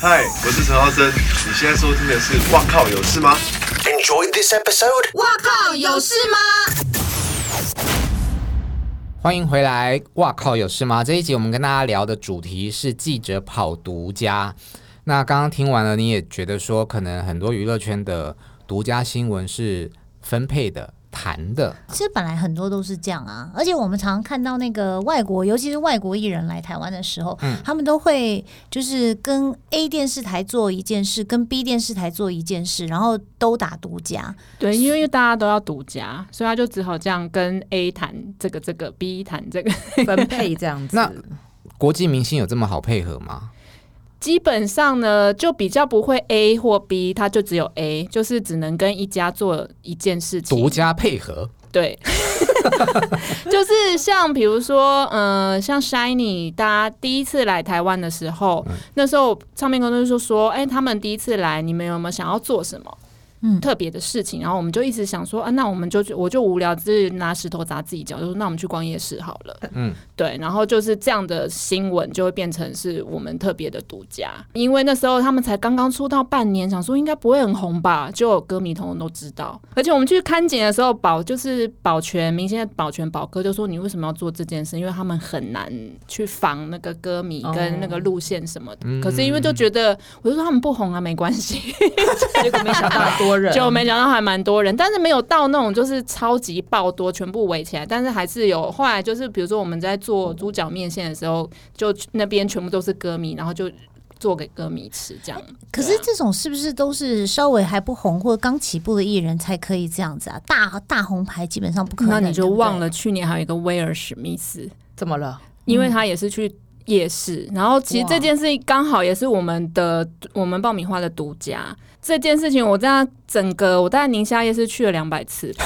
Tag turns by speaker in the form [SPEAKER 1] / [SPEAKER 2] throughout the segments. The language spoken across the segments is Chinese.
[SPEAKER 1] 嗨，我是陈浩森，你现在收听的是《哇靠有事吗》。
[SPEAKER 2] Enjoyed this episode?
[SPEAKER 3] 哇靠，有事吗？
[SPEAKER 4] 欢迎回来！哇靠，有事吗？这一集我们跟大家聊的主题是记者跑独家。那刚刚听完了，你也觉得说，可能很多娱乐圈的独家新闻是分配的、谈的，
[SPEAKER 5] 这本来很多都是这样啊，而且我们常看到那个外国，尤其是外国艺人来台湾的时候，
[SPEAKER 6] 嗯
[SPEAKER 5] 他们都会就是跟 A 电视台做一件事，跟 B 电视台做一件事，然后都打独家。
[SPEAKER 6] 对，因为因为大家都要独家，所以他就只好这样跟 A 谈这个这个，B 谈这个。
[SPEAKER 7] 分配这样子。
[SPEAKER 4] 那国际明星有这么好配合吗？
[SPEAKER 6] 基本上呢，就比较不会 A 或 B，他就只有 A，就是只能跟一家做一件事情。
[SPEAKER 4] 独家配合，
[SPEAKER 6] 对， 就是像比如说，嗯、像 Shiny，大家第一次来台湾的时候，那时候唱片公司就说，哎、他们第一次来，你们有没有想要做什么？
[SPEAKER 5] 嗯
[SPEAKER 6] 特别的事情，然后我们就一直想说啊，那我们就去我就无聊，就是拿石头砸自己脚，就说那我们去逛夜市好了。
[SPEAKER 4] 嗯，
[SPEAKER 6] 对，然后就是这样的新闻就会变成是我们特别的独家，因为那时候他们才刚刚出道半年，想说应该不会很红吧，就有歌迷通通都知道。而且我们去看景的时候，保就是保全明星的保全保哥就说你为什么要做这件事？因为他们很难去防那个歌迷跟那个路线什么的。可是因为就觉得，我就说他们不红啊，没关系。
[SPEAKER 7] 结果没想到很多人，
[SPEAKER 6] 就没想到还蛮多人，但是没有到那种就是超级爆多，全部围起来，但是还是有。后来就是比如说我们在做猪脚面线的时候，就那边全部都是歌迷，然后就做给歌迷吃这样。
[SPEAKER 5] 可
[SPEAKER 6] 啊
[SPEAKER 7] 啊
[SPEAKER 5] 是这种是不是都是稍微还不红或刚起步的艺人才可以这样子啊？大大红牌基本上不可能。
[SPEAKER 6] 那你就
[SPEAKER 5] 对不对
[SPEAKER 6] 忘了去年还有一个威尔史密斯，
[SPEAKER 7] 怎么了？
[SPEAKER 6] 因为他也是去。夜市，然后其实这件事情刚好也是我们的我们爆米花的独家。这件事情我这样整个我在宁夏夜市去了两百次吧，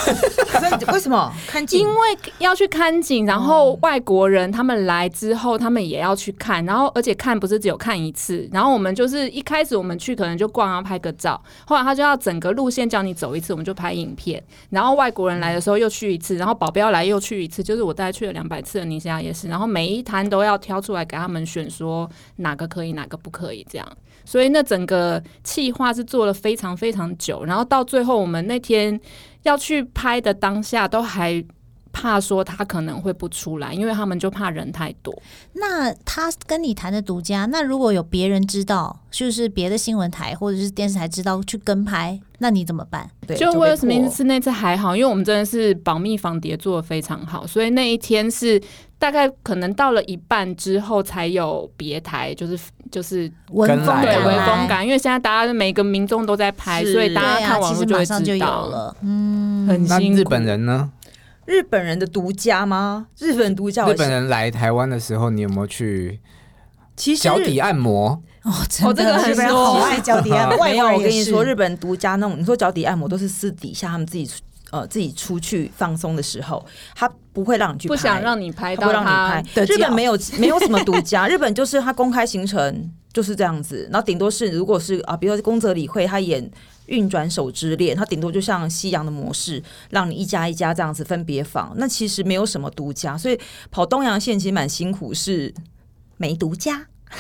[SPEAKER 7] 可是你为什么看镜
[SPEAKER 6] 因？为要去看景，然后外国人他们来之后，他们也要去看，然后而且看不是只有看一次，然后我们就是一开始我们去可能就逛，然后拍个照，后来他就要整个路线叫你走一次，我们就拍影片，然后外国人来的时候又去一次，然后保镖来又去一次，就是我大概去了两百次的宁夏夜市，然后每一摊都要挑出来给他们选，说哪个可以，哪个不可以这样。所以那整个企划是做了非常非常久，然后到最后我们那天要去拍的当下，都还怕说他可能会不出来，因为他们就怕人太多。
[SPEAKER 5] 那他跟你谈的独家，那如果有别人知道，就是别的新闻台或者是电视台知道去跟拍，那你怎么办？
[SPEAKER 7] 对
[SPEAKER 6] 就
[SPEAKER 7] 被
[SPEAKER 6] 威尔史密
[SPEAKER 7] 迫
[SPEAKER 6] 斯那次还好，因为我们真的是保密防谍做的非常好，所以那一天是大概可能到了一半之后才有别台，就是就是
[SPEAKER 5] 闻风
[SPEAKER 4] 来
[SPEAKER 6] 对
[SPEAKER 5] 赶
[SPEAKER 4] 了
[SPEAKER 6] 围
[SPEAKER 5] 来，
[SPEAKER 6] 风感，因为现在大家每个民众都在拍，
[SPEAKER 7] 是
[SPEAKER 6] 所以大
[SPEAKER 5] 对啊，
[SPEAKER 6] 家看
[SPEAKER 5] 其
[SPEAKER 6] 网
[SPEAKER 5] 实
[SPEAKER 6] 络就
[SPEAKER 5] 马
[SPEAKER 6] 会
[SPEAKER 5] 上就
[SPEAKER 6] 知
[SPEAKER 5] 有
[SPEAKER 6] 道。
[SPEAKER 5] 了。嗯，
[SPEAKER 6] 很
[SPEAKER 4] 那
[SPEAKER 6] 辛
[SPEAKER 4] 日
[SPEAKER 6] 苦
[SPEAKER 4] 本人呢？
[SPEAKER 7] 日本人的独家吗？日本独家，
[SPEAKER 4] 日本人来台湾的时候，你有没有去
[SPEAKER 7] 其实
[SPEAKER 4] 脚底啊 按摩？
[SPEAKER 5] 哦，真
[SPEAKER 6] 这个
[SPEAKER 5] 的
[SPEAKER 6] 很
[SPEAKER 7] 日本人
[SPEAKER 6] 多
[SPEAKER 7] 好爱脚底按摩，
[SPEAKER 5] 外
[SPEAKER 7] 没有，
[SPEAKER 5] 国人
[SPEAKER 7] 我跟你
[SPEAKER 5] 也是
[SPEAKER 7] 说，日本独家那种，你说脚底按摩都是私底下他们自己出呃自己出去放松的时候，他不会让你去拍，
[SPEAKER 6] 不想让你拍
[SPEAKER 7] 他不
[SPEAKER 6] 到
[SPEAKER 7] 会让你拍。
[SPEAKER 6] 的
[SPEAKER 7] 日本
[SPEAKER 6] 脚
[SPEAKER 7] 没有 没有什么独家，日本就是他公开行程就是这样子，然后顶多是如果是啊，比如说宫泽理惠他演。运转手之恋，他顶多就像西洋的模式，让你一家一家这样子分别访。那其实没有什么独家，所以跑东洋线其实蛮辛苦，是没独家。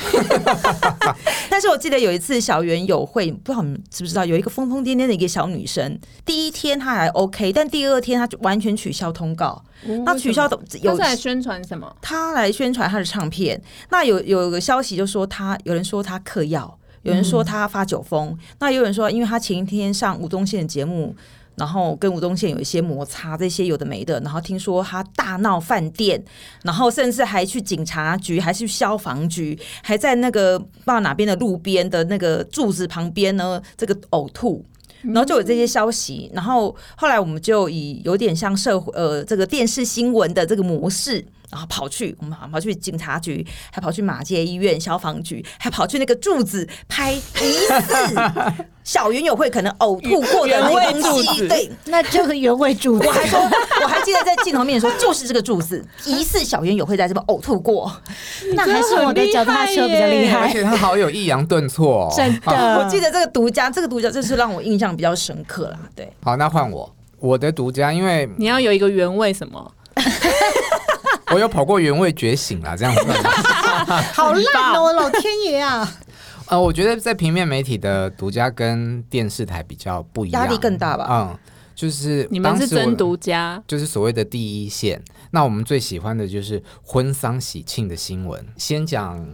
[SPEAKER 7] 但是我记得有一次小圆友会，不知道你们知不知道，有一个疯疯癫癫的一个小女生，第一天她还 OK，但第二天她就完全取消通告。那取消的
[SPEAKER 6] 他
[SPEAKER 7] 有
[SPEAKER 6] 是来宣传什么？
[SPEAKER 7] 她来宣传她的唱片，那有有个消息就说她，有人说她嗑药，有人说她发酒疯，那有人说因为她前一天上吴宗宪的节目。然后跟吴宗宪有一些摩擦，这些有的没的。然后听说她大闹饭店，然后甚至还去警察局，还去消防局，还在那个不知道哪边的路边的那个柱子旁边呢，这个呕吐。然后就有这些消息，然后后来我们就以有点像社会呃这个电视新闻的这个模式，然后跑去我们跑跑去警察局，还跑去马街医院、消防局，还跑去那个柱子拍疑似小云友会可能呕吐过的那个东西，对，
[SPEAKER 5] 那就是原味主
[SPEAKER 7] 我还说， 我还记得在镜头面前说，就是这个柱子，疑似小圆有会在这边呕吐过。
[SPEAKER 5] 那还是我的脚踏车比较厉
[SPEAKER 4] 而
[SPEAKER 5] 害。
[SPEAKER 4] 且他好有抑扬顿挫、哦，
[SPEAKER 5] 哎真的
[SPEAKER 7] 我记得这个独家，这个独家就是让我印象比较深刻啦。对，
[SPEAKER 4] 好，那换我，我的独家，因为
[SPEAKER 6] 你要有一个原味什么？
[SPEAKER 4] 我有跑过原味觉醒啦，这样子。
[SPEAKER 5] 好烂哦，老天爷啊！
[SPEAKER 4] 呃，我觉得在平面媒体的独家跟电视台比较不一样，
[SPEAKER 7] 压力更大吧？
[SPEAKER 4] 嗯，就是
[SPEAKER 6] 你们是
[SPEAKER 4] 当时我
[SPEAKER 6] 真独家，
[SPEAKER 4] 就是所谓的第一线。那我们最喜欢的就是婚丧喜庆的新闻。先讲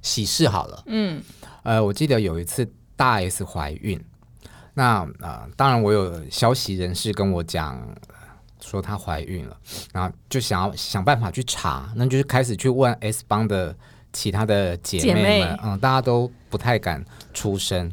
[SPEAKER 4] 喜事好了，
[SPEAKER 6] 嗯，
[SPEAKER 4] 呃，我记得有一次大 S 怀孕，那呃，当然我有消息人士跟我讲呃说她怀孕了，然后就想要想办法去查，那就是开始去问 S 帮的其他的姐
[SPEAKER 6] 姐
[SPEAKER 4] 妹们，
[SPEAKER 6] 妹
[SPEAKER 4] 嗯，大家都不太敢出声，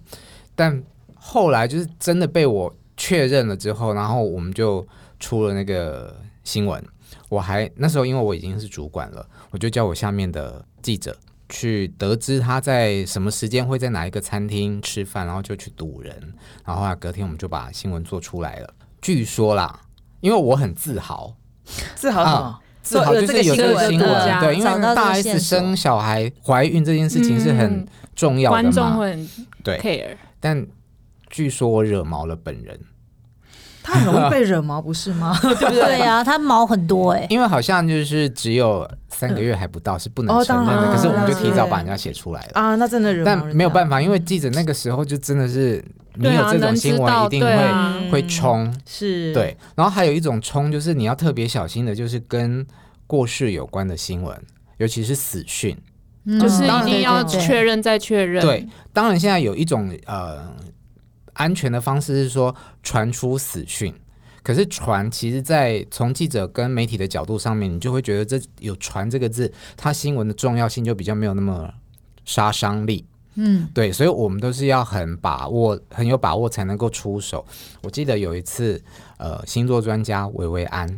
[SPEAKER 4] 但后来就是真的被我确认了之后，然后我们就出了那个新闻。我还那时候因为我已经是主管了，我就叫我下面的记者去得知他在什么时间会在哪一个餐厅吃饭，然后就去堵人，然后啊隔天我们就把新闻做出来了。据说啦，因为我很自豪，
[SPEAKER 7] 自豪什么？
[SPEAKER 4] 自豪就是有这
[SPEAKER 6] 这
[SPEAKER 4] 个
[SPEAKER 6] 个
[SPEAKER 4] 新
[SPEAKER 6] 新闻
[SPEAKER 4] 闻，
[SPEAKER 6] 嗯
[SPEAKER 4] 对，因
[SPEAKER 5] 找
[SPEAKER 4] 为
[SPEAKER 5] 到这个
[SPEAKER 4] 大
[SPEAKER 5] 线
[SPEAKER 4] S
[SPEAKER 5] 索
[SPEAKER 4] 生小孩怀孕这件事情是很
[SPEAKER 6] 嗯
[SPEAKER 4] 重要
[SPEAKER 6] 观
[SPEAKER 4] 的
[SPEAKER 6] 众
[SPEAKER 4] 嘛，
[SPEAKER 6] 会很
[SPEAKER 4] 对
[SPEAKER 6] care，
[SPEAKER 4] 但据说我惹毛了本人。
[SPEAKER 7] 他很容易被 惹毛，不是吗？ 对不
[SPEAKER 5] 对
[SPEAKER 7] 对？
[SPEAKER 5] 啊，他毛很多哎、
[SPEAKER 4] 因为好像就是只有三个月还不到是不能
[SPEAKER 7] 哦
[SPEAKER 4] 承认
[SPEAKER 7] 当
[SPEAKER 4] 的，
[SPEAKER 7] 然
[SPEAKER 4] 可是我们就
[SPEAKER 7] 当然
[SPEAKER 4] 提早把人家写出来了。
[SPEAKER 7] 啊，那真的惹毛
[SPEAKER 4] 但
[SPEAKER 7] 人家
[SPEAKER 4] 没有办法，因为记者那个时候就真的是，你
[SPEAKER 6] 对
[SPEAKER 4] 有
[SPEAKER 6] 啊，
[SPEAKER 4] 这
[SPEAKER 6] 能
[SPEAKER 4] 种
[SPEAKER 6] 知
[SPEAKER 4] 新闻
[SPEAKER 6] 道
[SPEAKER 4] 一定
[SPEAKER 6] 对
[SPEAKER 4] 会
[SPEAKER 6] 啊，
[SPEAKER 4] 会冲，
[SPEAKER 7] 是，
[SPEAKER 4] 对。然后还有一种冲就是你要特别小心的，就是跟过世有关的新闻，尤其是死讯。
[SPEAKER 5] 嗯
[SPEAKER 6] 就
[SPEAKER 4] 当
[SPEAKER 6] 是一
[SPEAKER 4] 然
[SPEAKER 6] 定要
[SPEAKER 5] 对对对
[SPEAKER 6] 确认再确认，
[SPEAKER 4] 对，当然现在有一种呃安全的方式是说传出死讯，可是传其实在从记者跟媒体的角度上面，你就会觉得这有传这个字，它新闻的重要性就比较没有那么杀伤力。
[SPEAKER 5] 嗯，
[SPEAKER 4] 对，所以我们都是要很把握、很有把握才能够出手。我记得有一次，呃，星座专家维维安。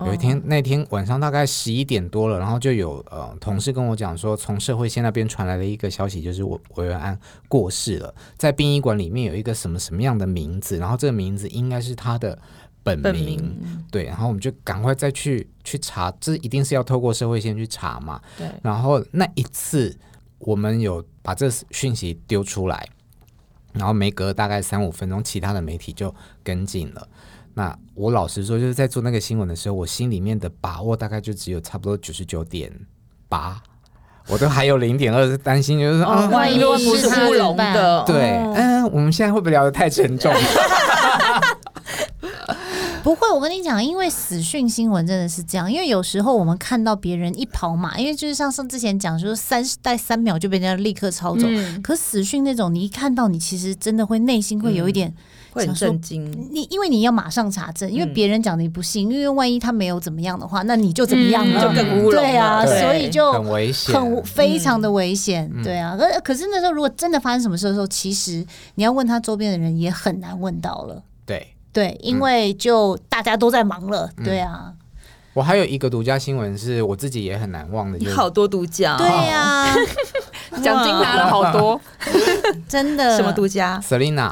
[SPEAKER 4] 有一
[SPEAKER 7] 哦
[SPEAKER 4] 天，那天晚上大概十一点多了，然后就有呃同事跟我讲说，从社会线那边传来了一个消息，就是维维维安过世了，在殡仪馆里面有一个什么什么样的名字，然后这个名字应该是他的本名，
[SPEAKER 7] 本名
[SPEAKER 4] 对，然后我们就赶快再去去查，这一定是要透过社会线去查嘛，
[SPEAKER 7] 对，
[SPEAKER 4] 然后那一次，我们有把这讯息丢出来，然后没隔大概三五分钟，其他的媒体就跟进了。那我老实说，就是在做那个新闻的时候，我心里面的把握大概就只有差不多九十九点八，我都还有零点二是担心，就是说啊，
[SPEAKER 5] 万一
[SPEAKER 7] 如果哦不是乌龙的，
[SPEAKER 4] 对，
[SPEAKER 7] 哦
[SPEAKER 4] 嗯、我们现在会不会聊得太沉 重？
[SPEAKER 5] 不会，我跟你讲，因为死讯新闻真的是这样，因为有时候我们看到别人一跑马，因为就是像上之前讲，就是三待三秒就被人家立刻抄走。
[SPEAKER 6] 嗯
[SPEAKER 5] 可死讯那种，你一看到你其实真的会内心
[SPEAKER 6] 嗯
[SPEAKER 5] 会有一点，
[SPEAKER 7] 会很
[SPEAKER 5] 想说嗯
[SPEAKER 7] 震惊。
[SPEAKER 5] 你因为你要马上查证，因为
[SPEAKER 7] 嗯
[SPEAKER 5] 别人讲的你不信，因为万一他没有怎么样的话，那你就怎么样
[SPEAKER 6] 嗯
[SPEAKER 5] 了？
[SPEAKER 6] 就
[SPEAKER 7] 更乌龙了
[SPEAKER 5] 对啊，
[SPEAKER 7] 对
[SPEAKER 5] 所以就
[SPEAKER 4] 很危险，
[SPEAKER 5] 很非常的危险，对啊。可可是那时候如果真的发生什么事的时候，其实你要问他周边的人也很难问到了，
[SPEAKER 4] 对。
[SPEAKER 5] 对，因为就大家都在忙了，对啊，
[SPEAKER 4] 我还有一个独家新闻是我自己也很难忘的，就
[SPEAKER 7] 你
[SPEAKER 4] 是
[SPEAKER 7] 好多独家，哦
[SPEAKER 5] 对啊，
[SPEAKER 6] 奖金拿了好多，
[SPEAKER 5] 真的
[SPEAKER 7] 什么独家？
[SPEAKER 4] Selina，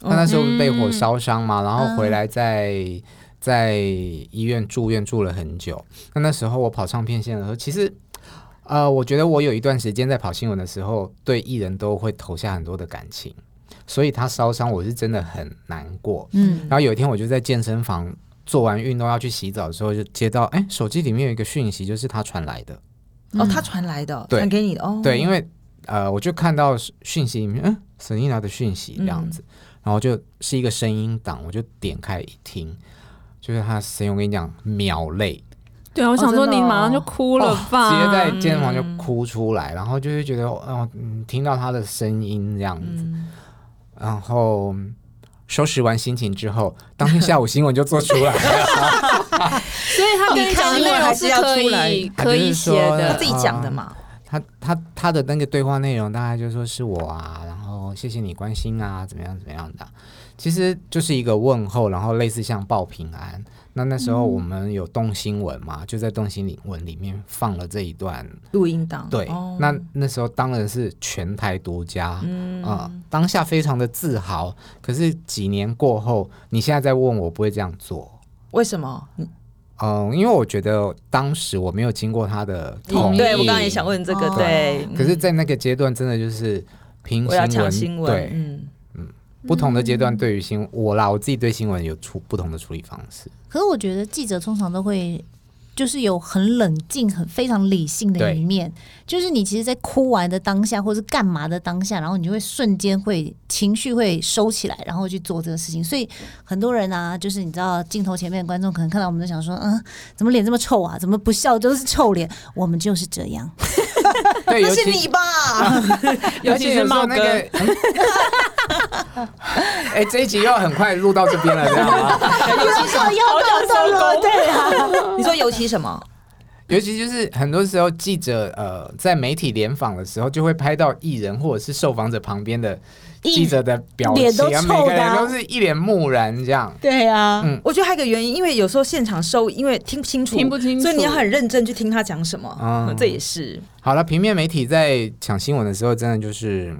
[SPEAKER 4] 她那时候被火烧伤嘛，然后回来在在医院住院住了很久。那那时候我跑唱片线的时候，其实呃，我觉得我有一段时间在跑新闻的时候，对艺人都会投下很多的感情，所以她烧伤我是真的很难过。
[SPEAKER 5] 嗯，
[SPEAKER 4] 然后有一天我就在健身房做完运动要去洗澡的时候，就接到哎手机里面有一个讯息，就是她传来的。
[SPEAKER 5] 嗯
[SPEAKER 7] 哦，他传来的，
[SPEAKER 4] 对
[SPEAKER 7] 传给你的哦。
[SPEAKER 4] 对，因
[SPEAKER 7] 为
[SPEAKER 4] 为呃，我就看到讯息里面，嗯，Selina 的讯息这样子，然后就是一个声音档，我就点开一听，就是他的声音，我跟你讲，秒泪，
[SPEAKER 6] 对啊，我想说
[SPEAKER 7] 真的
[SPEAKER 6] 你
[SPEAKER 7] 哦
[SPEAKER 6] 马上就哭了吧，
[SPEAKER 4] 直接在健身房就哭出来，然后就会觉得，哦，嗯，听到他的声音这样子，然后。收拾完心情之后，当天下午新闻就做出来了，
[SPEAKER 6] 所以他跟你讲的内容是可以
[SPEAKER 4] 他
[SPEAKER 6] 可以写
[SPEAKER 4] 就是说
[SPEAKER 7] 他
[SPEAKER 6] 的
[SPEAKER 7] 自己讲
[SPEAKER 4] 呃
[SPEAKER 7] 的嘛，
[SPEAKER 4] 他他他的那个对话内容大概就说是我啊，然后谢谢你关心啊，怎么样怎么样的啊、其实就是一个问候，然后类似像报平安。那那时候
[SPEAKER 7] 嗯
[SPEAKER 4] 我们有动新闻嘛，就在动新闻里面放了这一段。
[SPEAKER 7] 录音档。
[SPEAKER 4] 对，
[SPEAKER 7] 哦嗯
[SPEAKER 4] 那那时候当然是全台独家啊、当下非常的自豪。可是几年过后，你现在再问我，不会这样做。
[SPEAKER 7] 为什么？你
[SPEAKER 4] 嗯，因为我觉得当时我没有经过他的同意。
[SPEAKER 7] 嗯对我刚刚也想问这个，
[SPEAKER 5] 哦
[SPEAKER 7] 对，嗯
[SPEAKER 4] 可是，在那个阶段，真的就是拼
[SPEAKER 7] 我要
[SPEAKER 4] 新
[SPEAKER 7] 抢
[SPEAKER 4] 闻，
[SPEAKER 7] 新闻，
[SPEAKER 4] 对、
[SPEAKER 7] 嗯，
[SPEAKER 4] 不同的阶段，对于新我啦，我自己对新闻有出不同的处理方式。
[SPEAKER 5] 可是我觉得记者通常都会就是有很冷静、很非常理性的
[SPEAKER 4] 对
[SPEAKER 5] 一面，就是你其实，在哭完的当下，或是干嘛的当下，然后你就会瞬间会情绪会收起来，然后去做这个事情。所以很多人啊，就是你知道镜头前面的观众可能看到我们都想说，嗯，怎么脸这么臭啊？怎么不笑就是臭脸？我们就是这样。
[SPEAKER 4] 对，尤
[SPEAKER 7] 那是
[SPEAKER 4] 其
[SPEAKER 7] 你吧？
[SPEAKER 6] 尤其是
[SPEAKER 4] 有时候
[SPEAKER 6] 茂
[SPEAKER 4] 那
[SPEAKER 6] 哥
[SPEAKER 4] 个，嗯 哎、这一集又很快录到这边了，这样吗？
[SPEAKER 5] 我要到了，对啊。
[SPEAKER 7] 你说尤其什么？
[SPEAKER 4] 尤其就是很多时候记者呃在媒体联访的时候，就会拍到艺人或者是受访者旁边的记者的表情，
[SPEAKER 5] 脸都
[SPEAKER 4] 啊
[SPEAKER 5] 臭
[SPEAKER 4] 每个
[SPEAKER 5] 的
[SPEAKER 4] 人
[SPEAKER 5] 啊
[SPEAKER 4] 都是一脸木然这样。
[SPEAKER 5] 对啊，
[SPEAKER 4] 嗯
[SPEAKER 7] 我觉得还有一个原因，因为有时候现场收，因为听不清楚，
[SPEAKER 6] 听不清楚
[SPEAKER 7] 所以你要很认真去听他讲什么。
[SPEAKER 4] 嗯
[SPEAKER 7] 这也是
[SPEAKER 4] 好了，平面媒体在抢新闻的时候，真的就是，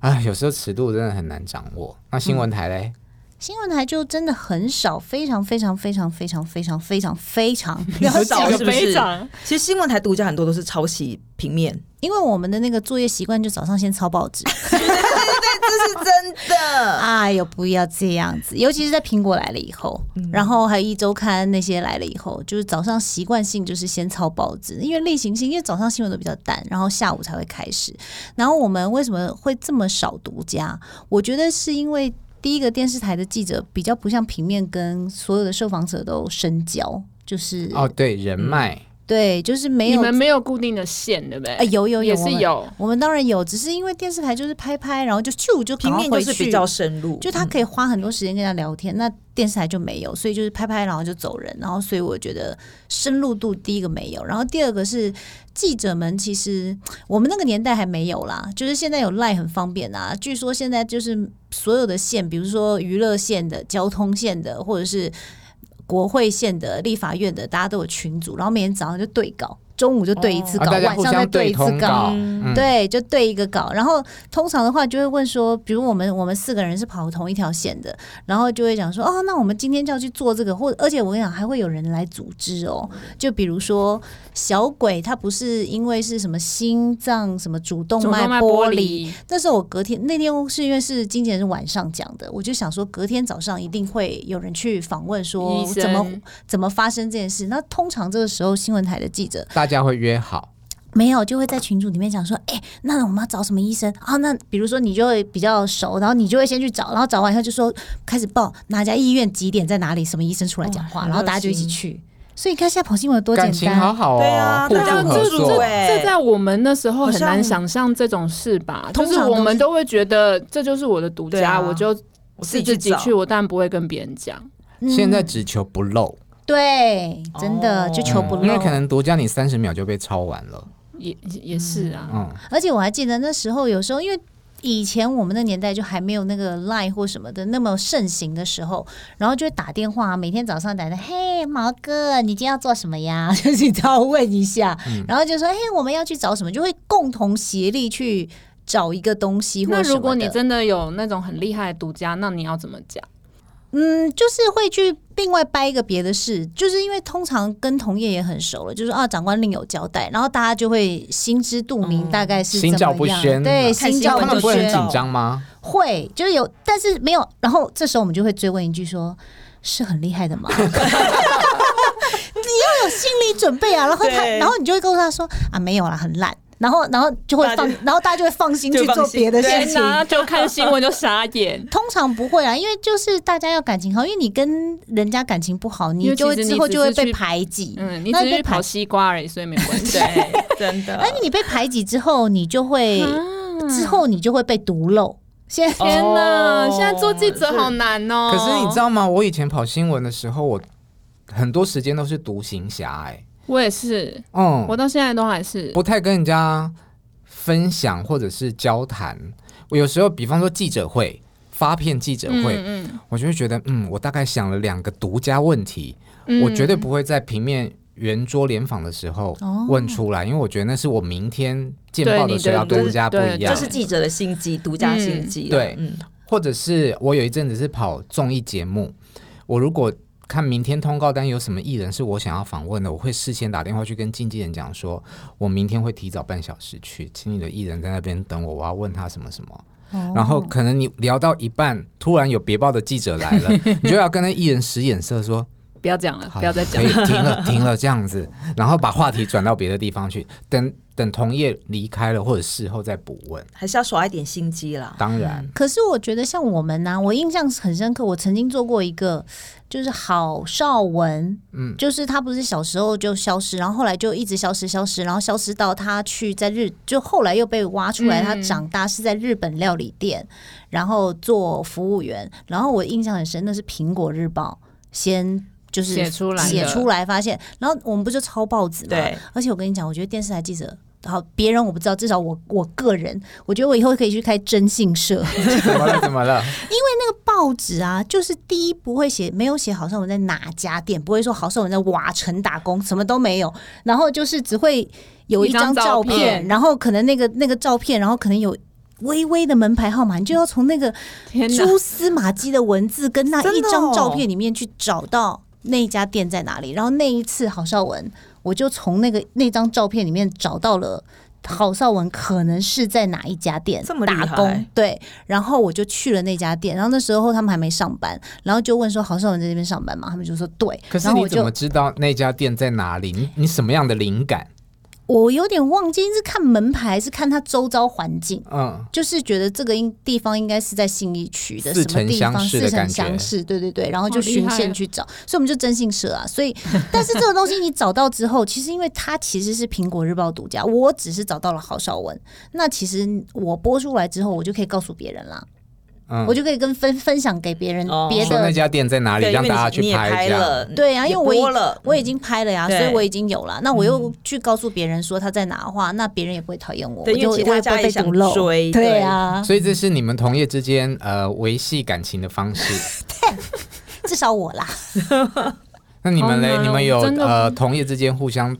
[SPEAKER 4] 哎，有时候尺度真的很难掌握。那新闻台嘞，
[SPEAKER 5] 新闻台就真的很少，非常非常非常非常非常非常非常
[SPEAKER 7] 很
[SPEAKER 6] 几
[SPEAKER 7] 少，是
[SPEAKER 6] 个
[SPEAKER 7] 不
[SPEAKER 6] 非
[SPEAKER 7] 是？
[SPEAKER 6] 常
[SPEAKER 7] 其实新闻台独家很多都是抄袭平面，
[SPEAKER 5] 因为我们的那个作业习惯就早上先抄报 纸。
[SPEAKER 7] 这是真的。
[SPEAKER 5] 哎呦，不要这样子，尤其是在苹果来了以后，
[SPEAKER 7] 嗯
[SPEAKER 5] 然后还有一周刊那些来了以后，就是早上习惯性就是先抄报纸，因为例行性，因为早上新闻都比较淡，然后下午才会开始。然后我们为什么会这么少独家？我觉得是因为。第一个电视台的记者比较不像平面，跟所有的受访者都深交，就是
[SPEAKER 4] 哦，对，人脉，
[SPEAKER 5] 对，就是没
[SPEAKER 6] 你
[SPEAKER 5] 有
[SPEAKER 6] 们没有固定的线，对不对？
[SPEAKER 5] 啊，有有有，
[SPEAKER 6] 也
[SPEAKER 5] 我
[SPEAKER 6] 是
[SPEAKER 5] 们。
[SPEAKER 6] 有。
[SPEAKER 5] 我们当然有，只是因为电视台就是拍拍，然后就咻就赶
[SPEAKER 7] 平
[SPEAKER 5] 快
[SPEAKER 7] 面就
[SPEAKER 5] 回
[SPEAKER 7] 是
[SPEAKER 5] 去
[SPEAKER 7] 比较，深入，
[SPEAKER 5] 就他可以花很多时间跟他聊天，那电视台就没有，所以就是拍拍然后就走人，然后所以我觉得深入度第一个没有，然后第二个是记者们其实我们那个年代还没有啦，就是现在有赖很方便啊，据说现在就是所有的线，比如说娱乐线的、交通线的，或者是国会线的、立法院的，大家都有群组，然后每天早上就对稿，中午就对一次
[SPEAKER 4] 啊，
[SPEAKER 5] 稿，
[SPEAKER 4] 大家
[SPEAKER 5] 晚
[SPEAKER 4] 互
[SPEAKER 5] 上再
[SPEAKER 4] 相
[SPEAKER 5] 对一次
[SPEAKER 4] 通
[SPEAKER 5] 稿
[SPEAKER 4] 告，。嗯，
[SPEAKER 5] 对，就对一个稿，然后通常的话就会问说，比如我们我们四个人是跑同一条线的，然后就会讲说，哦，那我们今天就要去做这个，或而且我跟你讲，还会有人来组织哦，
[SPEAKER 6] 嗯
[SPEAKER 5] 就比如说小鬼他不是因为是什么心脏什么主动
[SPEAKER 6] 主动脉
[SPEAKER 5] 脉
[SPEAKER 6] 剥
[SPEAKER 5] 剥
[SPEAKER 6] 离
[SPEAKER 5] 离，那时候我隔天那天是因为是经纪人是晚上讲的，我就想说隔天早上一定会有人去访问说
[SPEAKER 6] 医生
[SPEAKER 5] 怎么怎么发生这件事，那通常这个时候新闻台的记者
[SPEAKER 4] 大家会约好，
[SPEAKER 5] 没有，就会在群组里面讲说，哎、那我们要找什么医生啊？那比如说你就会比较熟，然后你就会先去找，然后找完以后就说开始报哪家医院几点在哪里，什么医生出来讲话，
[SPEAKER 4] 哦
[SPEAKER 7] 哇
[SPEAKER 5] 然后大家就一起去。所以你看现在跑新闻多
[SPEAKER 4] 感
[SPEAKER 5] 简
[SPEAKER 4] 情
[SPEAKER 5] 单，
[SPEAKER 4] 好好
[SPEAKER 7] 对
[SPEAKER 4] 哦
[SPEAKER 7] 啊，
[SPEAKER 4] 互
[SPEAKER 7] 大家
[SPEAKER 4] 助合
[SPEAKER 7] 互助
[SPEAKER 4] 作。
[SPEAKER 7] 欸
[SPEAKER 6] 这在我们那时候很
[SPEAKER 7] 好
[SPEAKER 6] 难
[SPEAKER 7] 像
[SPEAKER 6] 想象这种事吧？就
[SPEAKER 5] 通
[SPEAKER 6] 是
[SPEAKER 5] 常
[SPEAKER 6] 我们
[SPEAKER 5] 都
[SPEAKER 6] 都会觉得这就是我的独
[SPEAKER 7] 对
[SPEAKER 6] 家，
[SPEAKER 7] 啊
[SPEAKER 6] 我就
[SPEAKER 7] 我
[SPEAKER 6] 是自
[SPEAKER 7] 自己
[SPEAKER 6] 己
[SPEAKER 7] 去
[SPEAKER 6] 去，
[SPEAKER 7] 找。
[SPEAKER 6] 我当然不会跟别人讲。
[SPEAKER 4] 现在
[SPEAKER 5] 嗯
[SPEAKER 4] 只求不漏，嗯
[SPEAKER 5] 对，真的、
[SPEAKER 7] 哦
[SPEAKER 5] 就求不漏。
[SPEAKER 4] 因为可能独家你三十秒就被抄完了。
[SPEAKER 6] 也也是啊，
[SPEAKER 4] 嗯，
[SPEAKER 5] 而且我还记得那时候，有时候因为以前我们那年代就还没有那个 Line 或什么的那么盛行的时候，然后就会打电话，每天早上打的，嘿，毛哥，你今天要做什么呀？ 就是你知道问一下，
[SPEAKER 4] 嗯
[SPEAKER 5] 然后就说，嘿，我们要去找什么，就会共同协力去找一个东西或
[SPEAKER 6] 那
[SPEAKER 5] 者什
[SPEAKER 6] 如
[SPEAKER 5] 么
[SPEAKER 6] 果你
[SPEAKER 5] 的
[SPEAKER 6] 真的有那种很厉害的独家，那你要怎么讲？
[SPEAKER 5] 嗯，就是会去另外掰一个别的事，就是因为通常跟同业也很熟了，就是啊，长官另有交代，然后大家就会心知肚
[SPEAKER 6] 嗯
[SPEAKER 5] 明，大概是怎
[SPEAKER 4] 心
[SPEAKER 5] 么
[SPEAKER 4] 照
[SPEAKER 5] 样，
[SPEAKER 4] 不宣
[SPEAKER 5] 对，
[SPEAKER 7] 看
[SPEAKER 5] 心
[SPEAKER 7] 新
[SPEAKER 5] 照
[SPEAKER 4] 他
[SPEAKER 7] 闻
[SPEAKER 4] 们
[SPEAKER 5] 不
[SPEAKER 4] 不会很
[SPEAKER 5] 宣，
[SPEAKER 4] 紧张吗？
[SPEAKER 5] 会，就是有，但是没有。然后这时候我们就会追问一句说：“是很厉害 的吗？”你要有心理准备啊。然后他，
[SPEAKER 7] 对
[SPEAKER 5] 然后你就会告诉他说：“啊，没有啦，很烂。”然后，然后就会放
[SPEAKER 7] 大家，
[SPEAKER 5] 然后大家就会放心去
[SPEAKER 7] 就放
[SPEAKER 5] 做
[SPEAKER 7] 心
[SPEAKER 5] 别的事
[SPEAKER 7] 对
[SPEAKER 5] 情。。
[SPEAKER 6] 哪，就看新闻就傻眼
[SPEAKER 5] 通常不会啊，因为就是大家要感情好，因为你跟人家感情不好，
[SPEAKER 6] 因
[SPEAKER 5] 你
[SPEAKER 6] 为
[SPEAKER 5] 就会
[SPEAKER 6] 其实你
[SPEAKER 5] 之后
[SPEAKER 6] 只
[SPEAKER 5] 就会
[SPEAKER 6] 是
[SPEAKER 5] 被
[SPEAKER 6] 去
[SPEAKER 5] 排挤。
[SPEAKER 6] 嗯，你只
[SPEAKER 5] 那
[SPEAKER 6] 是
[SPEAKER 5] 被
[SPEAKER 6] 去跑啊
[SPEAKER 5] 排
[SPEAKER 6] 西瓜而已，所以没关系。
[SPEAKER 7] 对，真的
[SPEAKER 5] 而。且你被排挤之后，你就会、
[SPEAKER 6] 哦
[SPEAKER 5] 之后你就会被独漏。现在
[SPEAKER 6] 啊天哪，
[SPEAKER 7] 哦
[SPEAKER 6] 现在做记者好难哦。
[SPEAKER 4] 可是你知，道吗？我以前跑新闻的时候，我很多时间都是独行侠，哎，
[SPEAKER 6] 我也是，
[SPEAKER 4] 嗯，
[SPEAKER 6] 我到现在都还是。
[SPEAKER 4] 不太跟人家分享或者是交谈。我有时候，比方说记者会、发片记者会，
[SPEAKER 6] 嗯嗯
[SPEAKER 4] 我就会觉得，嗯，我大概想了两个独家问题，
[SPEAKER 6] 嗯
[SPEAKER 4] 我绝对不会在平面圆桌联访的时候问出来，因为我觉得那是我明天见报
[SPEAKER 6] 哦对
[SPEAKER 4] 的
[SPEAKER 6] 你
[SPEAKER 4] 时候
[SPEAKER 6] 的
[SPEAKER 4] 要独家不
[SPEAKER 6] 对
[SPEAKER 4] 一
[SPEAKER 6] 对
[SPEAKER 4] 样
[SPEAKER 7] 这。是记者的心机，独家心机啊。
[SPEAKER 4] 对
[SPEAKER 7] 嗯，
[SPEAKER 4] 或者是我有一阵子是跑综艺节目，我如果看明天通告单有什么艺人是我想要访问的，我会事先打电话去跟经纪人讲说，我明天会提早半小时去，请你的艺人在那边等我，我要问他什么什么。
[SPEAKER 6] 哦
[SPEAKER 4] 然后可能你聊到一半，突然有别报的记者来了，你就要跟那艺人使眼色说：“
[SPEAKER 6] 不要讲了，
[SPEAKER 4] 好
[SPEAKER 6] 不要再讲
[SPEAKER 4] 可以。停了，停了，这样子，然后把话题转到别的地方去，等等同业离开了或者事后再补问。
[SPEAKER 7] 还是要耍一点心机啦。
[SPEAKER 4] 当
[SPEAKER 6] 嗯
[SPEAKER 4] 然，
[SPEAKER 5] 可是我觉得像我们呢、我印象很深刻，我曾经做过一个，就是郝邵文，嗯，就是他不是小时候就消失，然后后来就一直消失消失，然后消失到他去在日，就后来又被挖出来，
[SPEAKER 6] 嗯
[SPEAKER 5] 他长大是在日本料理店，然后做服务员，然后我印象很深，那是苹果日报先。就是
[SPEAKER 6] 写出来的
[SPEAKER 5] 写出来发现，然后我们不就抄报纸嘛？
[SPEAKER 7] 对。
[SPEAKER 5] 而且我跟你讲，我觉得电视台记者，好，别人我不知道，至少我我个人，我觉得我以后可以去开征信社。
[SPEAKER 4] 怎么了？怎么了？
[SPEAKER 5] 报纸啊，就是第一不会写，没有写郝邵文在哪家店，不会说郝邵文在瓦城打工，什么都没有。然后就是只会有一张
[SPEAKER 6] 一张
[SPEAKER 5] 照
[SPEAKER 6] 照
[SPEAKER 5] 片，
[SPEAKER 6] 片
[SPEAKER 5] 然后可能那个那个照片，然后可能有。微微的门牌号码，你就要从那个
[SPEAKER 6] 天哪，
[SPEAKER 5] 蛛丝马迹的文字跟那
[SPEAKER 7] 真
[SPEAKER 5] 一
[SPEAKER 7] 的哦
[SPEAKER 5] 张照片里面去找到那家店在哪里。然后那一次郝邵文，我就从那个那张照片里面找到了郝邵文可能是在哪一家店
[SPEAKER 7] 这么厉害
[SPEAKER 5] 打工。对，然后我就去了那家店，然后那时候他们还没上班，然后就问说郝邵文在这边上班吗？他们就说对。
[SPEAKER 4] 可是
[SPEAKER 5] 然后
[SPEAKER 4] 你
[SPEAKER 5] 我
[SPEAKER 4] 怎
[SPEAKER 5] 就
[SPEAKER 4] 么知道那家店在哪里？你你什么样的灵感？
[SPEAKER 5] 我有点忘记是看门牌，是看他周遭环境。
[SPEAKER 4] 嗯，
[SPEAKER 5] 就是觉得这个应地方应该是在信义区的
[SPEAKER 4] 似
[SPEAKER 5] 什么地
[SPEAKER 4] 曾相
[SPEAKER 5] 方，
[SPEAKER 4] 识
[SPEAKER 5] 似
[SPEAKER 4] 的
[SPEAKER 5] 曾
[SPEAKER 4] 感
[SPEAKER 5] 相
[SPEAKER 4] 觉
[SPEAKER 5] 识，对对对，然后就
[SPEAKER 6] 好厉
[SPEAKER 5] 循
[SPEAKER 6] 害
[SPEAKER 5] 线
[SPEAKER 6] 啊
[SPEAKER 5] 去找，所以我们就征信社啊。所以，但是这个东西你找到之后，其实因为它其实是苹果日报独家，我只是找到了郝邵文，那其实我播出来之后，我就可以告诉别人啦，
[SPEAKER 4] 嗯
[SPEAKER 5] 我就可以跟分分享给别人
[SPEAKER 7] 哦
[SPEAKER 5] 别
[SPEAKER 4] 说
[SPEAKER 5] 的
[SPEAKER 4] 那家店在哪里，
[SPEAKER 7] 对，因
[SPEAKER 4] 啊让
[SPEAKER 7] 为
[SPEAKER 4] 大家
[SPEAKER 7] 你你
[SPEAKER 4] 去
[SPEAKER 7] 也
[SPEAKER 4] 拍
[SPEAKER 7] 拍
[SPEAKER 4] 一下。
[SPEAKER 7] 了，嗯
[SPEAKER 5] 对啊，因为我
[SPEAKER 7] 也
[SPEAKER 5] 已
[SPEAKER 7] 播了，嗯
[SPEAKER 5] 我已经拍了呀，
[SPEAKER 7] 对
[SPEAKER 5] 所以我已经有了。那我又去告诉别人说他在哪的话，那别人也不会讨厌我，我
[SPEAKER 7] 对因
[SPEAKER 5] 就
[SPEAKER 7] 为
[SPEAKER 5] 我也
[SPEAKER 7] 其
[SPEAKER 5] 不
[SPEAKER 7] 他
[SPEAKER 5] 会
[SPEAKER 7] 家也
[SPEAKER 5] 被
[SPEAKER 7] 想
[SPEAKER 5] 独漏。
[SPEAKER 7] 追
[SPEAKER 5] 对
[SPEAKER 7] 对
[SPEAKER 5] 啊，
[SPEAKER 4] 所以这是你们同业之间呃维系感情的方 式。
[SPEAKER 5] 至少我啦，
[SPEAKER 4] 那你们嘞？
[SPEAKER 6] 好难哦
[SPEAKER 4] 你们有
[SPEAKER 6] 真的
[SPEAKER 4] 呃同业之间互相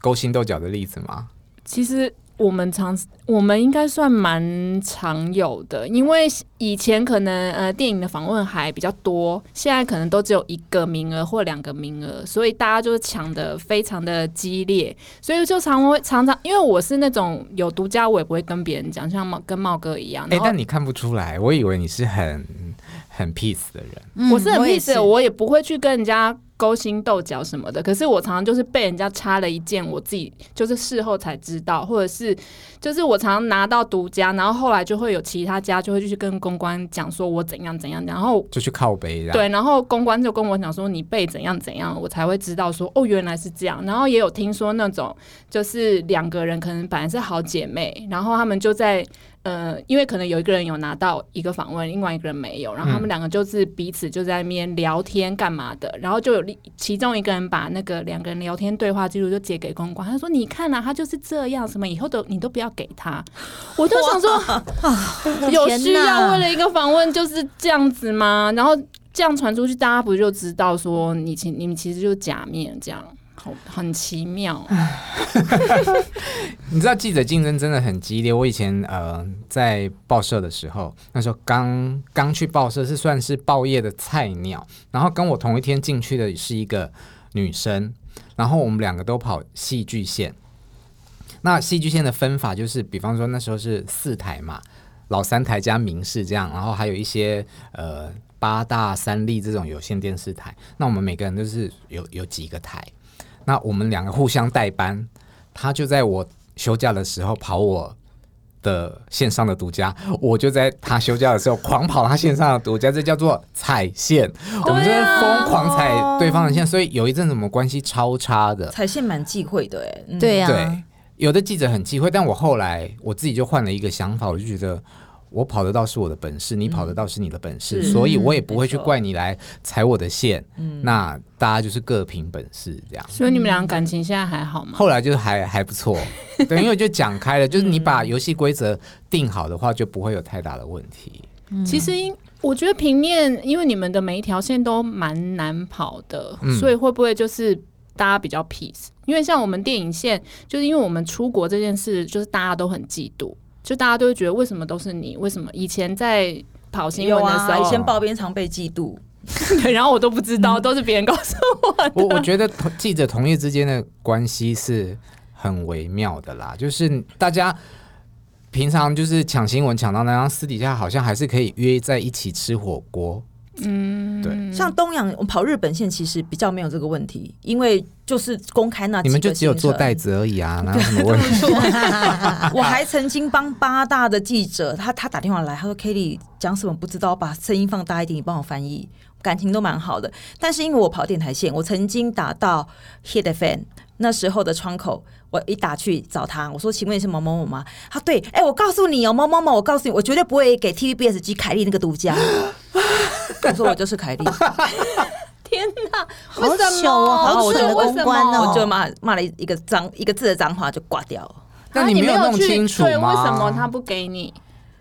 [SPEAKER 4] 勾心斗角的例子吗？
[SPEAKER 6] 其实我们常，我们应该算蛮常有的，因为以前可能呃电影的访问还比较多，现在可能都只有一个名额或两个名额，所以大家就是抢的非常的激烈，所以就常会常常，因为我是那种有独家，我也不会跟别人讲，像茂跟茂哥一样，
[SPEAKER 4] 哎、
[SPEAKER 6] 然后
[SPEAKER 4] 但你看不出来，我以为你是很很 peace 的人。
[SPEAKER 5] 嗯
[SPEAKER 6] 我是很 peace
[SPEAKER 5] 也
[SPEAKER 6] 的，我也不会去跟人家勾心斗角什么的。可是我常常就是被人家插了一件，我自己就是事后才知道，或者是就是我常常拿到独家，然后后来就会有其他家就会去跟公关讲说我怎样怎样，然后。
[SPEAKER 4] 就去靠背这样。
[SPEAKER 6] 对，然后公关就跟我讲说你被怎样怎样，我才会知道说哦原来是这样。然后也有听说那种就是两个人可能本来是好姐妹，然后他们就在呃，因为可能有一个人有拿到一个访问，另外一个人没有，然后他们两个就是彼此就在那边聊天干嘛的，然后就有另其中一个人把那个两个人聊天对话记录就截给公关，他说你看啊，他就是这样，什么以后都你都不要给他，我就想说 有需要为了一个访问就是这样子吗？然后这样传出去，大家不就知道说你其你们其实就是假面这样。好，很奇妙，
[SPEAKER 7] 嗯
[SPEAKER 4] 你知道记者竞争真的很激烈。我以前呃在报社的时候，那时候刚刚去报社是算是报业的菜鸟，然后跟我同一天进去的是一个女生，然后我们两个都跑戏剧线。那戏剧线的分法就是，比方说那时候是四台嘛，老三台加民视这样，然后还有一些呃八大、三立这种有线电视台。那我们每个人都是有有几个台，那我们两个互相代班，他就在我休假的时候跑我的线上的独家，我就在他休假的时候狂跑他线上的独家，这叫做踩线。我们就是疯狂踩对方的线，所以有一阵子我们关系超差的。
[SPEAKER 7] 踩线蛮忌讳的哎、嗯
[SPEAKER 5] 对呀、
[SPEAKER 4] 对，有的记者很忌讳，但我后来我自己就换了一个想法，我就觉得。我跑得到是我的本事，你跑得到是你的本事，
[SPEAKER 7] 嗯是
[SPEAKER 4] 所以我也不会去
[SPEAKER 7] 没错嗯
[SPEAKER 4] 怪你来踩我的线。那大家就是各凭本事这样。
[SPEAKER 6] 所以你们俩感情现在还好吗？
[SPEAKER 4] 后来就是还还不错，对，因为就讲开了，就是你把游戏规则定好的话，就不会有太大的问题。
[SPEAKER 7] 嗯
[SPEAKER 6] 其实应我觉得平面，因为你们的每一条线都蛮难跑的，
[SPEAKER 7] 嗯
[SPEAKER 6] 所以会不会就是大家比较 peace？因为像我们电影线，就是因为我们出国这件事，就是大家都很嫉妒，就大家都会觉得为什么都是你？为什么以前在跑新
[SPEAKER 7] 有
[SPEAKER 6] 闻的时
[SPEAKER 7] 啊，以
[SPEAKER 6] 候，
[SPEAKER 7] 前报边常被嫉妒，
[SPEAKER 6] 对，然后我都不知道，都是别人告诉我 的。
[SPEAKER 4] 我我觉得同记者同业之间的关系是很微妙的啦，就是大家平常就是抢新闻抢到那样，私底下好像还是可以约在一起吃火锅。嗯，对
[SPEAKER 7] 像东洋，我跑日本线其实比较没有这个问题，因为就是公开那
[SPEAKER 4] 你们就只有做袋
[SPEAKER 7] 子。
[SPEAKER 4] 子而已啊，哪有什么问题？
[SPEAKER 7] 我还曾经帮八大的记者，他他打电话来，他说 Kelly 讲什么不知道，把声音放大一点，你帮我翻译，感情都蛮好的。但是因为我跑电台线，我曾经打到 Hit FM 那时候的窗口，我一打去找他，我说请问你是某某某吗？他对，哎、我告诉你哦，某某某，我告诉你，我绝对不会给 TVBS 及凯莉那个独 家。我说我就是凯 莉，
[SPEAKER 6] 天哪，
[SPEAKER 5] 好糗哦，好
[SPEAKER 7] 为什
[SPEAKER 5] 蠢
[SPEAKER 7] 么
[SPEAKER 5] 的公关哦，
[SPEAKER 7] 我就骂骂了一个脏一个字的脏话就挂掉了。
[SPEAKER 4] 那
[SPEAKER 6] 啊
[SPEAKER 4] 你
[SPEAKER 6] 你
[SPEAKER 4] 没有弄
[SPEAKER 6] 去
[SPEAKER 4] 清楚
[SPEAKER 6] 对，为
[SPEAKER 4] 吗
[SPEAKER 6] 什么他不给你？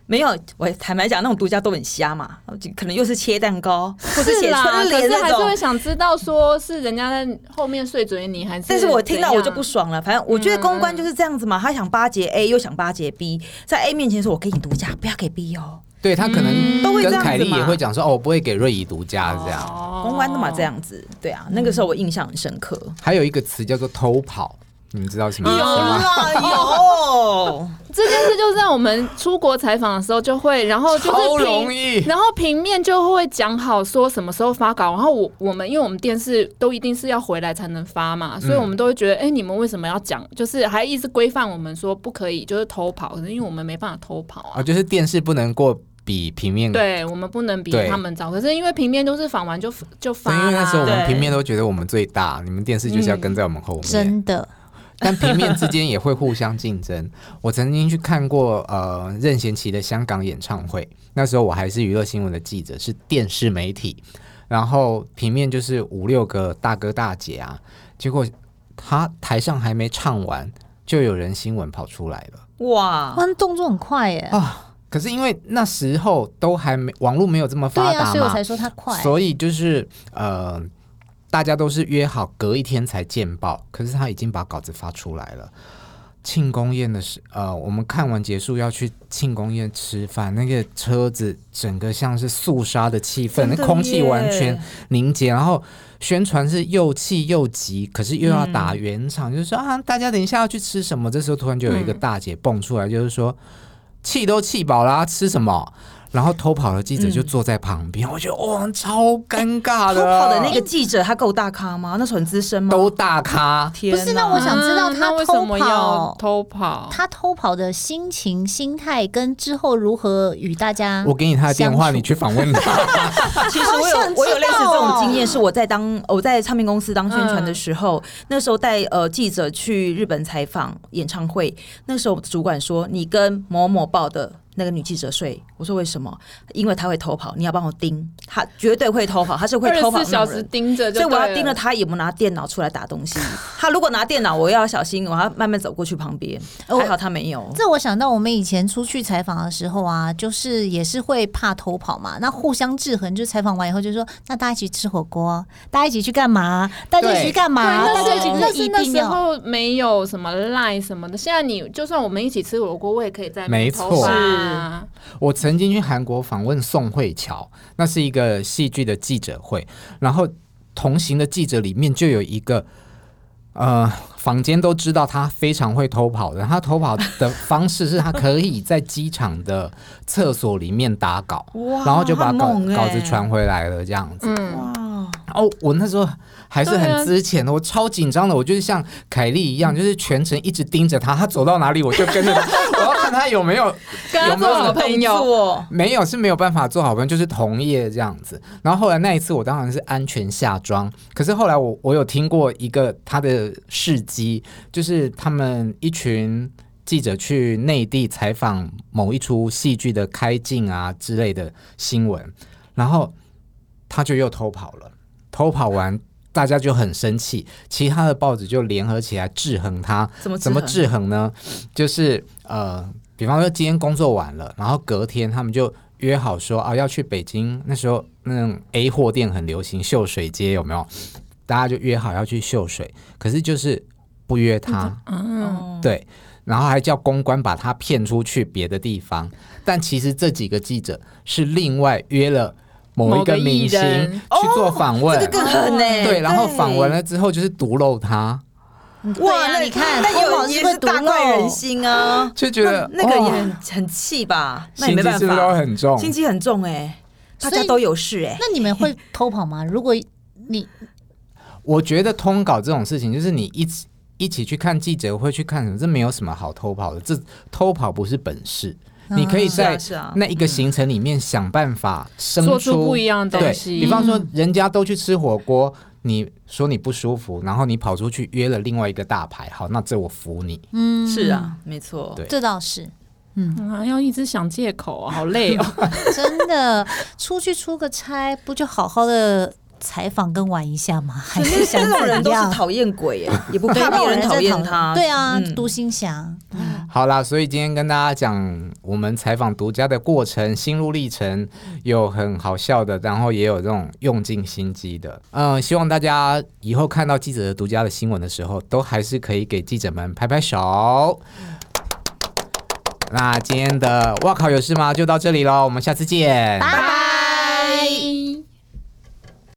[SPEAKER 7] 没有，我坦白讲，那种独家都很瞎嘛，就可能又是切蛋 糕，或是写
[SPEAKER 6] 啦，
[SPEAKER 7] 春
[SPEAKER 6] 可
[SPEAKER 7] 联
[SPEAKER 6] 是还
[SPEAKER 7] 那
[SPEAKER 6] 是会
[SPEAKER 7] 种。
[SPEAKER 6] 想知道，说是人家在后面碎嘴你，还是？
[SPEAKER 7] 但是我听到我就不。爽了，反正我觉得公关就是这样子嘛，他想巴结 A 又想巴结 B，在 A 面前说我给你独家，不要给 B 哦，
[SPEAKER 4] 对他可能
[SPEAKER 7] 都会这
[SPEAKER 4] 跟
[SPEAKER 7] 样
[SPEAKER 4] 凯
[SPEAKER 7] 子
[SPEAKER 4] 莉也会
[SPEAKER 7] 嘛。
[SPEAKER 4] 讲说，哦，我不会给瑞怡独家这样。
[SPEAKER 6] 哦
[SPEAKER 7] 公关都嘛这样子，对
[SPEAKER 6] 嗯
[SPEAKER 7] 啊，那个时候我印象很深刻。
[SPEAKER 4] 还有一个词叫做偷跑，你们知道什么意思
[SPEAKER 6] 哦
[SPEAKER 4] 吗？
[SPEAKER 7] 啊有，
[SPEAKER 6] 这件事就是在我们出国采访的时候就会，然后哦就是
[SPEAKER 4] 超
[SPEAKER 6] 平
[SPEAKER 4] 容易
[SPEAKER 6] 然后平面就会讲好说什么时候发稿，然后我我们因为我们电视都一定是要回来才能发嘛，所以我们都会觉得，哎、你们为什么要讲？就是还一直规范我们说不可以，就是偷跑，可是因为我们没办法偷跑啊
[SPEAKER 4] 哦，。就是电视不能过比平面，
[SPEAKER 6] 对我们不能比
[SPEAKER 4] 对
[SPEAKER 6] 他们早，可是因为平面都是访完就就发
[SPEAKER 4] 对，因为那时候我们
[SPEAKER 7] 对
[SPEAKER 4] 平面都觉得我们最大，你们电视就是要跟在我们
[SPEAKER 5] 嗯
[SPEAKER 4] 后面。
[SPEAKER 5] 真的
[SPEAKER 4] 但平面之间也会互相竞争。我曾经去看过呃任贤齐的香港演唱会，那时候我还是娱乐新闻的记者，是电视媒体，然后平面就是五六个大哥大姐啊，结果他台上还没唱完，就有人新闻跑出来了。
[SPEAKER 7] 哇，
[SPEAKER 5] 哇，那动作很快耶，
[SPEAKER 4] 可是因为那时候都还没网络没有这么
[SPEAKER 5] 对
[SPEAKER 4] 发
[SPEAKER 5] 啊，
[SPEAKER 4] 达
[SPEAKER 5] 所以我
[SPEAKER 4] 嘛，
[SPEAKER 5] 才说他快，
[SPEAKER 4] 所以就是呃，大家都是约好隔一天才见报，可是他已经把稿子发出来了。庆功宴的时，呃，我们看完结束要去庆功宴吃饭，那个车子整个像是肃杀的气氛，
[SPEAKER 7] 真
[SPEAKER 4] 那
[SPEAKER 7] 的
[SPEAKER 4] 空气
[SPEAKER 7] 耶
[SPEAKER 4] 完全凝结，然后宣传是又气又急，可是又要打圆场，就是说啊，大家等一下要去吃什么？这时候突然就有一个大姐蹦出来，就是说气都气饱啦、吃什么？然后偷跑的记者就坐在旁边，我觉得哇，超尴尬的。啊
[SPEAKER 7] 偷跑的那个记者他够大咖吗？那时候很资深吗？
[SPEAKER 4] 都大咖，
[SPEAKER 7] 天
[SPEAKER 5] 不
[SPEAKER 7] 哪，
[SPEAKER 5] 是那我想知道
[SPEAKER 6] 啊
[SPEAKER 5] 他
[SPEAKER 6] 那为什
[SPEAKER 5] 偷
[SPEAKER 6] 么要
[SPEAKER 5] 跑，
[SPEAKER 6] 偷跑？
[SPEAKER 5] 他偷跑的心情、心态跟之后如何与大家，
[SPEAKER 4] 我给你他的电话，
[SPEAKER 5] 相处
[SPEAKER 4] 你去访问他。
[SPEAKER 7] 其实我有
[SPEAKER 5] 好想知道哦
[SPEAKER 7] 我有类似这种经验，是我在当我在唱片公司当宣传的时候，那时候带呃记者去日本采访演唱会，那时候主管说你跟某某报的。那个女记者睡，我说为什么？因为她会偷跑，你要帮我盯，她绝对会偷跑，她是会
[SPEAKER 6] 二十
[SPEAKER 7] 偷 跑
[SPEAKER 6] 四
[SPEAKER 7] 的
[SPEAKER 6] 小
[SPEAKER 7] 那种
[SPEAKER 6] 时
[SPEAKER 7] 人。
[SPEAKER 6] 盯着就
[SPEAKER 7] 所以
[SPEAKER 6] 对，
[SPEAKER 7] 我要盯着她，也不拿电脑出来打东西。她如果拿电脑，我要小心，我要慢慢走过去旁边。
[SPEAKER 5] 哦
[SPEAKER 7] 还好她没有。
[SPEAKER 5] 这我想到我们以前出去采访的时候啊，就是也是会怕偷跑嘛，那互相制衡，就采访完以后就说，那大家一起吃火锅，大家一起去干嘛？大家一起去干嘛？
[SPEAKER 6] 对，
[SPEAKER 5] 大家一
[SPEAKER 6] 那
[SPEAKER 5] 起去一
[SPEAKER 6] 是哦那是那
[SPEAKER 5] 定
[SPEAKER 6] 时
[SPEAKER 5] 要。
[SPEAKER 6] 候没有什么赖什么的。现在你就算我们一起吃火锅，我也可以在那边
[SPEAKER 4] 没
[SPEAKER 6] 偷
[SPEAKER 4] 错
[SPEAKER 6] 拍
[SPEAKER 7] 是
[SPEAKER 6] 啊
[SPEAKER 4] 我曾经去韩国访问宋慧乔，那是一个戏剧的记者会，然后同行的记者里面就有一个。呃，坊间都知道他非常会偷跑的。他偷跑的方式是他可以在机场的厕所里面打稿，
[SPEAKER 7] 哇
[SPEAKER 4] 然后就把稿、
[SPEAKER 7] 很猛欸
[SPEAKER 4] 稿子传回来了，这样子。
[SPEAKER 7] 哇，
[SPEAKER 4] 哦，我那时候还是
[SPEAKER 6] 对
[SPEAKER 4] 很
[SPEAKER 6] 啊
[SPEAKER 4] 之前的，我超紧张的，我就是像凯莉一样，就是全程一直盯着他，他走到哪里我就跟着他，我要看他有没有
[SPEAKER 6] 跟他
[SPEAKER 4] 有没
[SPEAKER 6] 做
[SPEAKER 4] 有
[SPEAKER 6] 好
[SPEAKER 4] 什么
[SPEAKER 6] 朋
[SPEAKER 7] 动
[SPEAKER 6] 友。
[SPEAKER 7] 作
[SPEAKER 4] 没有是没有办法做好朋友，就是同业这样子。然后后来那一次，我当然是安全下装。可是后来我我有听过一个他的事迹，就是他们一群记者去内地采访某一出戏剧的开镜啊之类的新闻，然后他就又偷跑了，偷跑完。大家就很生气，其他的报纸就联合起来制衡他，
[SPEAKER 7] 怎么
[SPEAKER 4] 怎么
[SPEAKER 7] 制衡
[SPEAKER 4] 制衡呢？就是呃，比方说今天工作完了，然后隔天他们就约好说啊要去北京，那时候那种 A 货店很流行，秀水街有没有？大家就约好要去秀水，可是就是不约他，
[SPEAKER 7] 嗯，
[SPEAKER 4] 对，然后还叫公关把他骗出去别的地方，但其实这几个记者是另外约了。某一
[SPEAKER 6] 某个
[SPEAKER 4] 个
[SPEAKER 6] 艺
[SPEAKER 4] 明星
[SPEAKER 6] 人
[SPEAKER 4] 去做访问，
[SPEAKER 7] 这个更狠欸呢、
[SPEAKER 4] 对，然后访问了之后就是毒漏他，
[SPEAKER 5] 对啊你看，
[SPEAKER 7] 那
[SPEAKER 5] 偷跑
[SPEAKER 7] 有
[SPEAKER 5] 是
[SPEAKER 7] 也
[SPEAKER 5] 会
[SPEAKER 7] 是
[SPEAKER 5] 独
[SPEAKER 7] 大快人
[SPEAKER 5] 漏，
[SPEAKER 7] 心啊！
[SPEAKER 4] 就觉得
[SPEAKER 7] 那那个也
[SPEAKER 4] 呃哇
[SPEAKER 7] 很很气吧？那
[SPEAKER 4] 心
[SPEAKER 7] 也没
[SPEAKER 4] 机
[SPEAKER 7] 办
[SPEAKER 4] 是不是都
[SPEAKER 7] 法，
[SPEAKER 4] 很重？
[SPEAKER 7] 心机很重哎、大
[SPEAKER 5] 所
[SPEAKER 7] 家
[SPEAKER 5] 以
[SPEAKER 7] 都有事 哎、
[SPEAKER 5] 那你们会偷跑吗？如果你
[SPEAKER 4] 我觉得通稿这种事情，就是你一起一起去看记者会去看什么，这没有什么好偷跑的。这偷跑不是本事，
[SPEAKER 6] 嗯
[SPEAKER 4] 你可以
[SPEAKER 7] 是啊
[SPEAKER 4] 在
[SPEAKER 7] 是啊
[SPEAKER 4] 那一个行程里面想办法生
[SPEAKER 6] 做出不一样的东
[SPEAKER 4] 对，
[SPEAKER 6] 西
[SPEAKER 4] 比方说人家都去吃火锅，你说你不舒服，然后你跑出去约了另外一个大牌，好，那这我服你。
[SPEAKER 7] 是啊，没错。
[SPEAKER 4] 对
[SPEAKER 5] 嗯这倒是
[SPEAKER 6] 嗯啊，要一直想借口啊，好累 哦。
[SPEAKER 5] 真的，出去出个差，不就好好的采访跟玩一下吗？还是想
[SPEAKER 7] 那种人
[SPEAKER 5] 怎
[SPEAKER 7] 都是
[SPEAKER 5] 样
[SPEAKER 7] 讨厌鬼耶，也不
[SPEAKER 5] 对
[SPEAKER 7] 怕
[SPEAKER 5] 那
[SPEAKER 7] 别
[SPEAKER 5] 种
[SPEAKER 7] 人
[SPEAKER 5] 真的
[SPEAKER 7] 讨厌他。
[SPEAKER 5] 对啊，
[SPEAKER 7] 嗯
[SPEAKER 5] 独行侠，
[SPEAKER 4] 好啦，所以今天跟大家讲我们采访独家的过程、心路历程，有很好笑的，然后也有这种用尽心机的。嗯，希望大家以后看到记者的独家的新闻的时候，都还是可以给记者们拍拍手。那今天的哇靠有事吗？就到这里喽，我们下次见，
[SPEAKER 5] 拜拜。